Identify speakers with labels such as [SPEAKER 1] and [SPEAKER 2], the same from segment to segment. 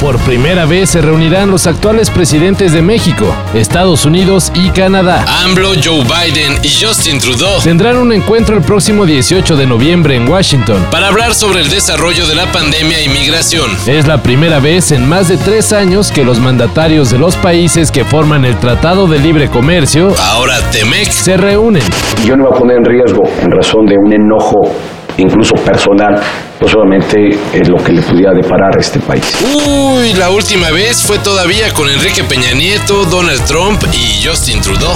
[SPEAKER 1] Por primera vez se reunirán los actuales presidentes de México, Estados Unidos y Canadá.
[SPEAKER 2] AMLO, Joe Biden y Justin Trudeau
[SPEAKER 1] Tendrán un encuentro el próximo 18 de noviembre en Washington.
[SPEAKER 2] para hablar sobre el desarrollo de la pandemia e y migración.
[SPEAKER 1] Es la primera vez en más de tres años que los mandatarios de los países que forman el Tratado de Libre Comercio
[SPEAKER 2] Ahora Temec
[SPEAKER 1] se reúnen.
[SPEAKER 3] yo no iba a poner en riesgo, en razón de un enojo incluso personal, no solamente eh, lo que le pudiera deparar a este país.
[SPEAKER 2] Uy, la última vez fue todavía con Enrique Peña Nieto, Donald Trump y Justin Trudeau.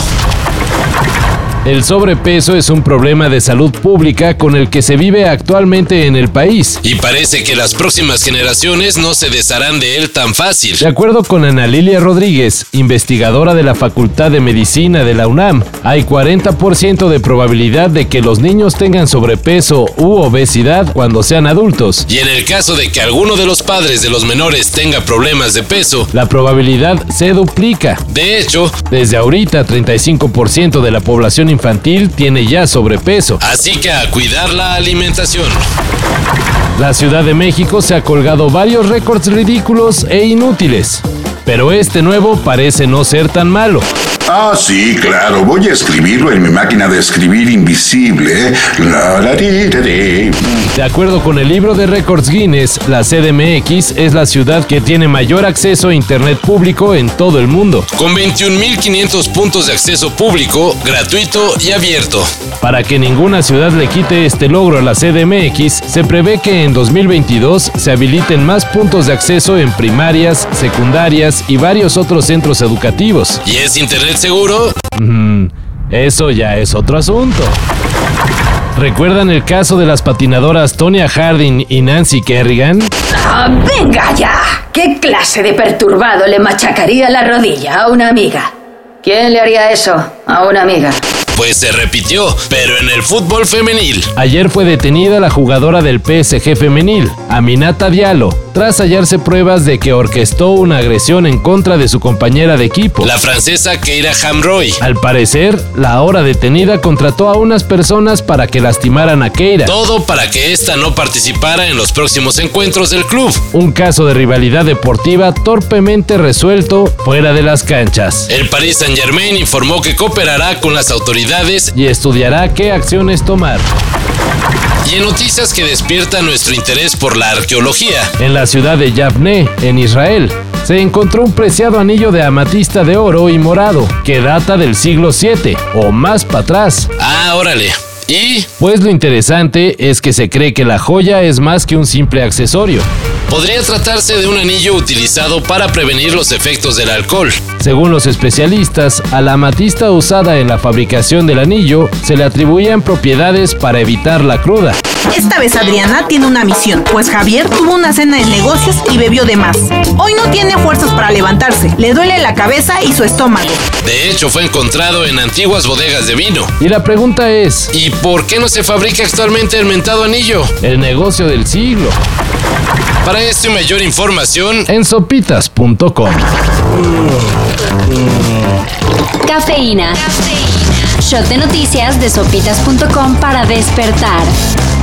[SPEAKER 1] El sobrepeso es un problema de salud pública con el que se vive actualmente en el país.
[SPEAKER 2] Y parece que las próximas generaciones no se desharán de él tan fácil.
[SPEAKER 1] De acuerdo con Ana Lilia Rodríguez, investigadora de la Facultad de Medicina de la UNAM, hay 40% de probabilidad de que los niños tengan sobrepeso u obesidad cuando sean adultos.
[SPEAKER 2] Y en el caso de que alguno de los padres de los menores tenga problemas de peso,
[SPEAKER 1] La probabilidad se duplica.
[SPEAKER 2] de hecho,
[SPEAKER 1] Desde ahorita, 35% de la población infantil tiene ya sobrepeso.
[SPEAKER 2] así que a cuidar la alimentación.
[SPEAKER 1] La Ciudad de México se ha colgado varios récords ridículos e inútiles. Pero este nuevo parece no ser tan malo.
[SPEAKER 4] Ah, sí, claro. Voy a escribirlo en mi máquina de escribir invisible. La, la, di, da, di.
[SPEAKER 1] De acuerdo con el libro de récords Guinness, la CDMX es la ciudad que tiene mayor acceso a Internet público en todo el mundo.
[SPEAKER 2] Con 21.500 puntos de acceso público, gratuito y abierto.
[SPEAKER 1] Para que ninguna ciudad le quite este logro a la CDMX, se prevé que en 2022 se habiliten más puntos de acceso en primarias, secundarias y varios otros centros educativos.
[SPEAKER 2] ¿Y es internet seguro?
[SPEAKER 1] Mm, eso ya es otro asunto. ¿Recuerdan el caso de las patinadoras Tonya Harding y Nancy Kerrigan?
[SPEAKER 5] Ah, venga ya. ¿Qué clase de perturbado le machacaría la rodilla a una amiga? ¿Quién le haría eso a una amiga?
[SPEAKER 2] Pues se repitió, pero en el fútbol femenil.
[SPEAKER 1] Ayer fue detenida la jugadora del PSG femenil, Aminata Diallo, tras hallarse pruebas de que orquestó una agresión en contra de su compañera de equipo.
[SPEAKER 2] La francesa Keira Hamroy.
[SPEAKER 1] Al parecer, la ahora detenida contrató a unas personas para que lastimaran a Keira.
[SPEAKER 2] Todo para que ésta no participara en los próximos encuentros del club.
[SPEAKER 1] Un caso de rivalidad deportiva torpemente resuelto fuera de las canchas.
[SPEAKER 2] El Paris Saint Germain informó que cooperará con las autoridades
[SPEAKER 1] Y estudiará qué acciones tomar.
[SPEAKER 2] y en noticias que despierta nuestro interés por la arqueología.
[SPEAKER 1] En la ciudad de Yavne, en Israel, se encontró un preciado anillo de amatista de oro y morado, que data del siglo VII o más para atrás.
[SPEAKER 2] Ah, órale. Y
[SPEAKER 1] Pues lo interesante es que se cree que la joya es más que un simple accesorio.
[SPEAKER 2] podría tratarse de un anillo utilizado para prevenir los efectos del alcohol.
[SPEAKER 1] Según los especialistas, a la amatista usada en la fabricación del anillo se le atribuían propiedades para evitar la cruda.
[SPEAKER 6] Esta vez Adriana tiene una misión, pues Javier tuvo una cena en negocios y bebió de más. Hoy no tiene fuerzas para levantarse, le duele la cabeza y su estómago.
[SPEAKER 2] De hecho, fue encontrado en antiguas bodegas de vino.
[SPEAKER 1] Y la pregunta es,
[SPEAKER 2] ¿Y por qué no se fabrica actualmente el mentado anillo?
[SPEAKER 1] el negocio del siglo,
[SPEAKER 2] Para esto y mayor información,
[SPEAKER 1] en sopitas.com.
[SPEAKER 7] Cafeína. Shot de noticias de sopitas.com para despertar.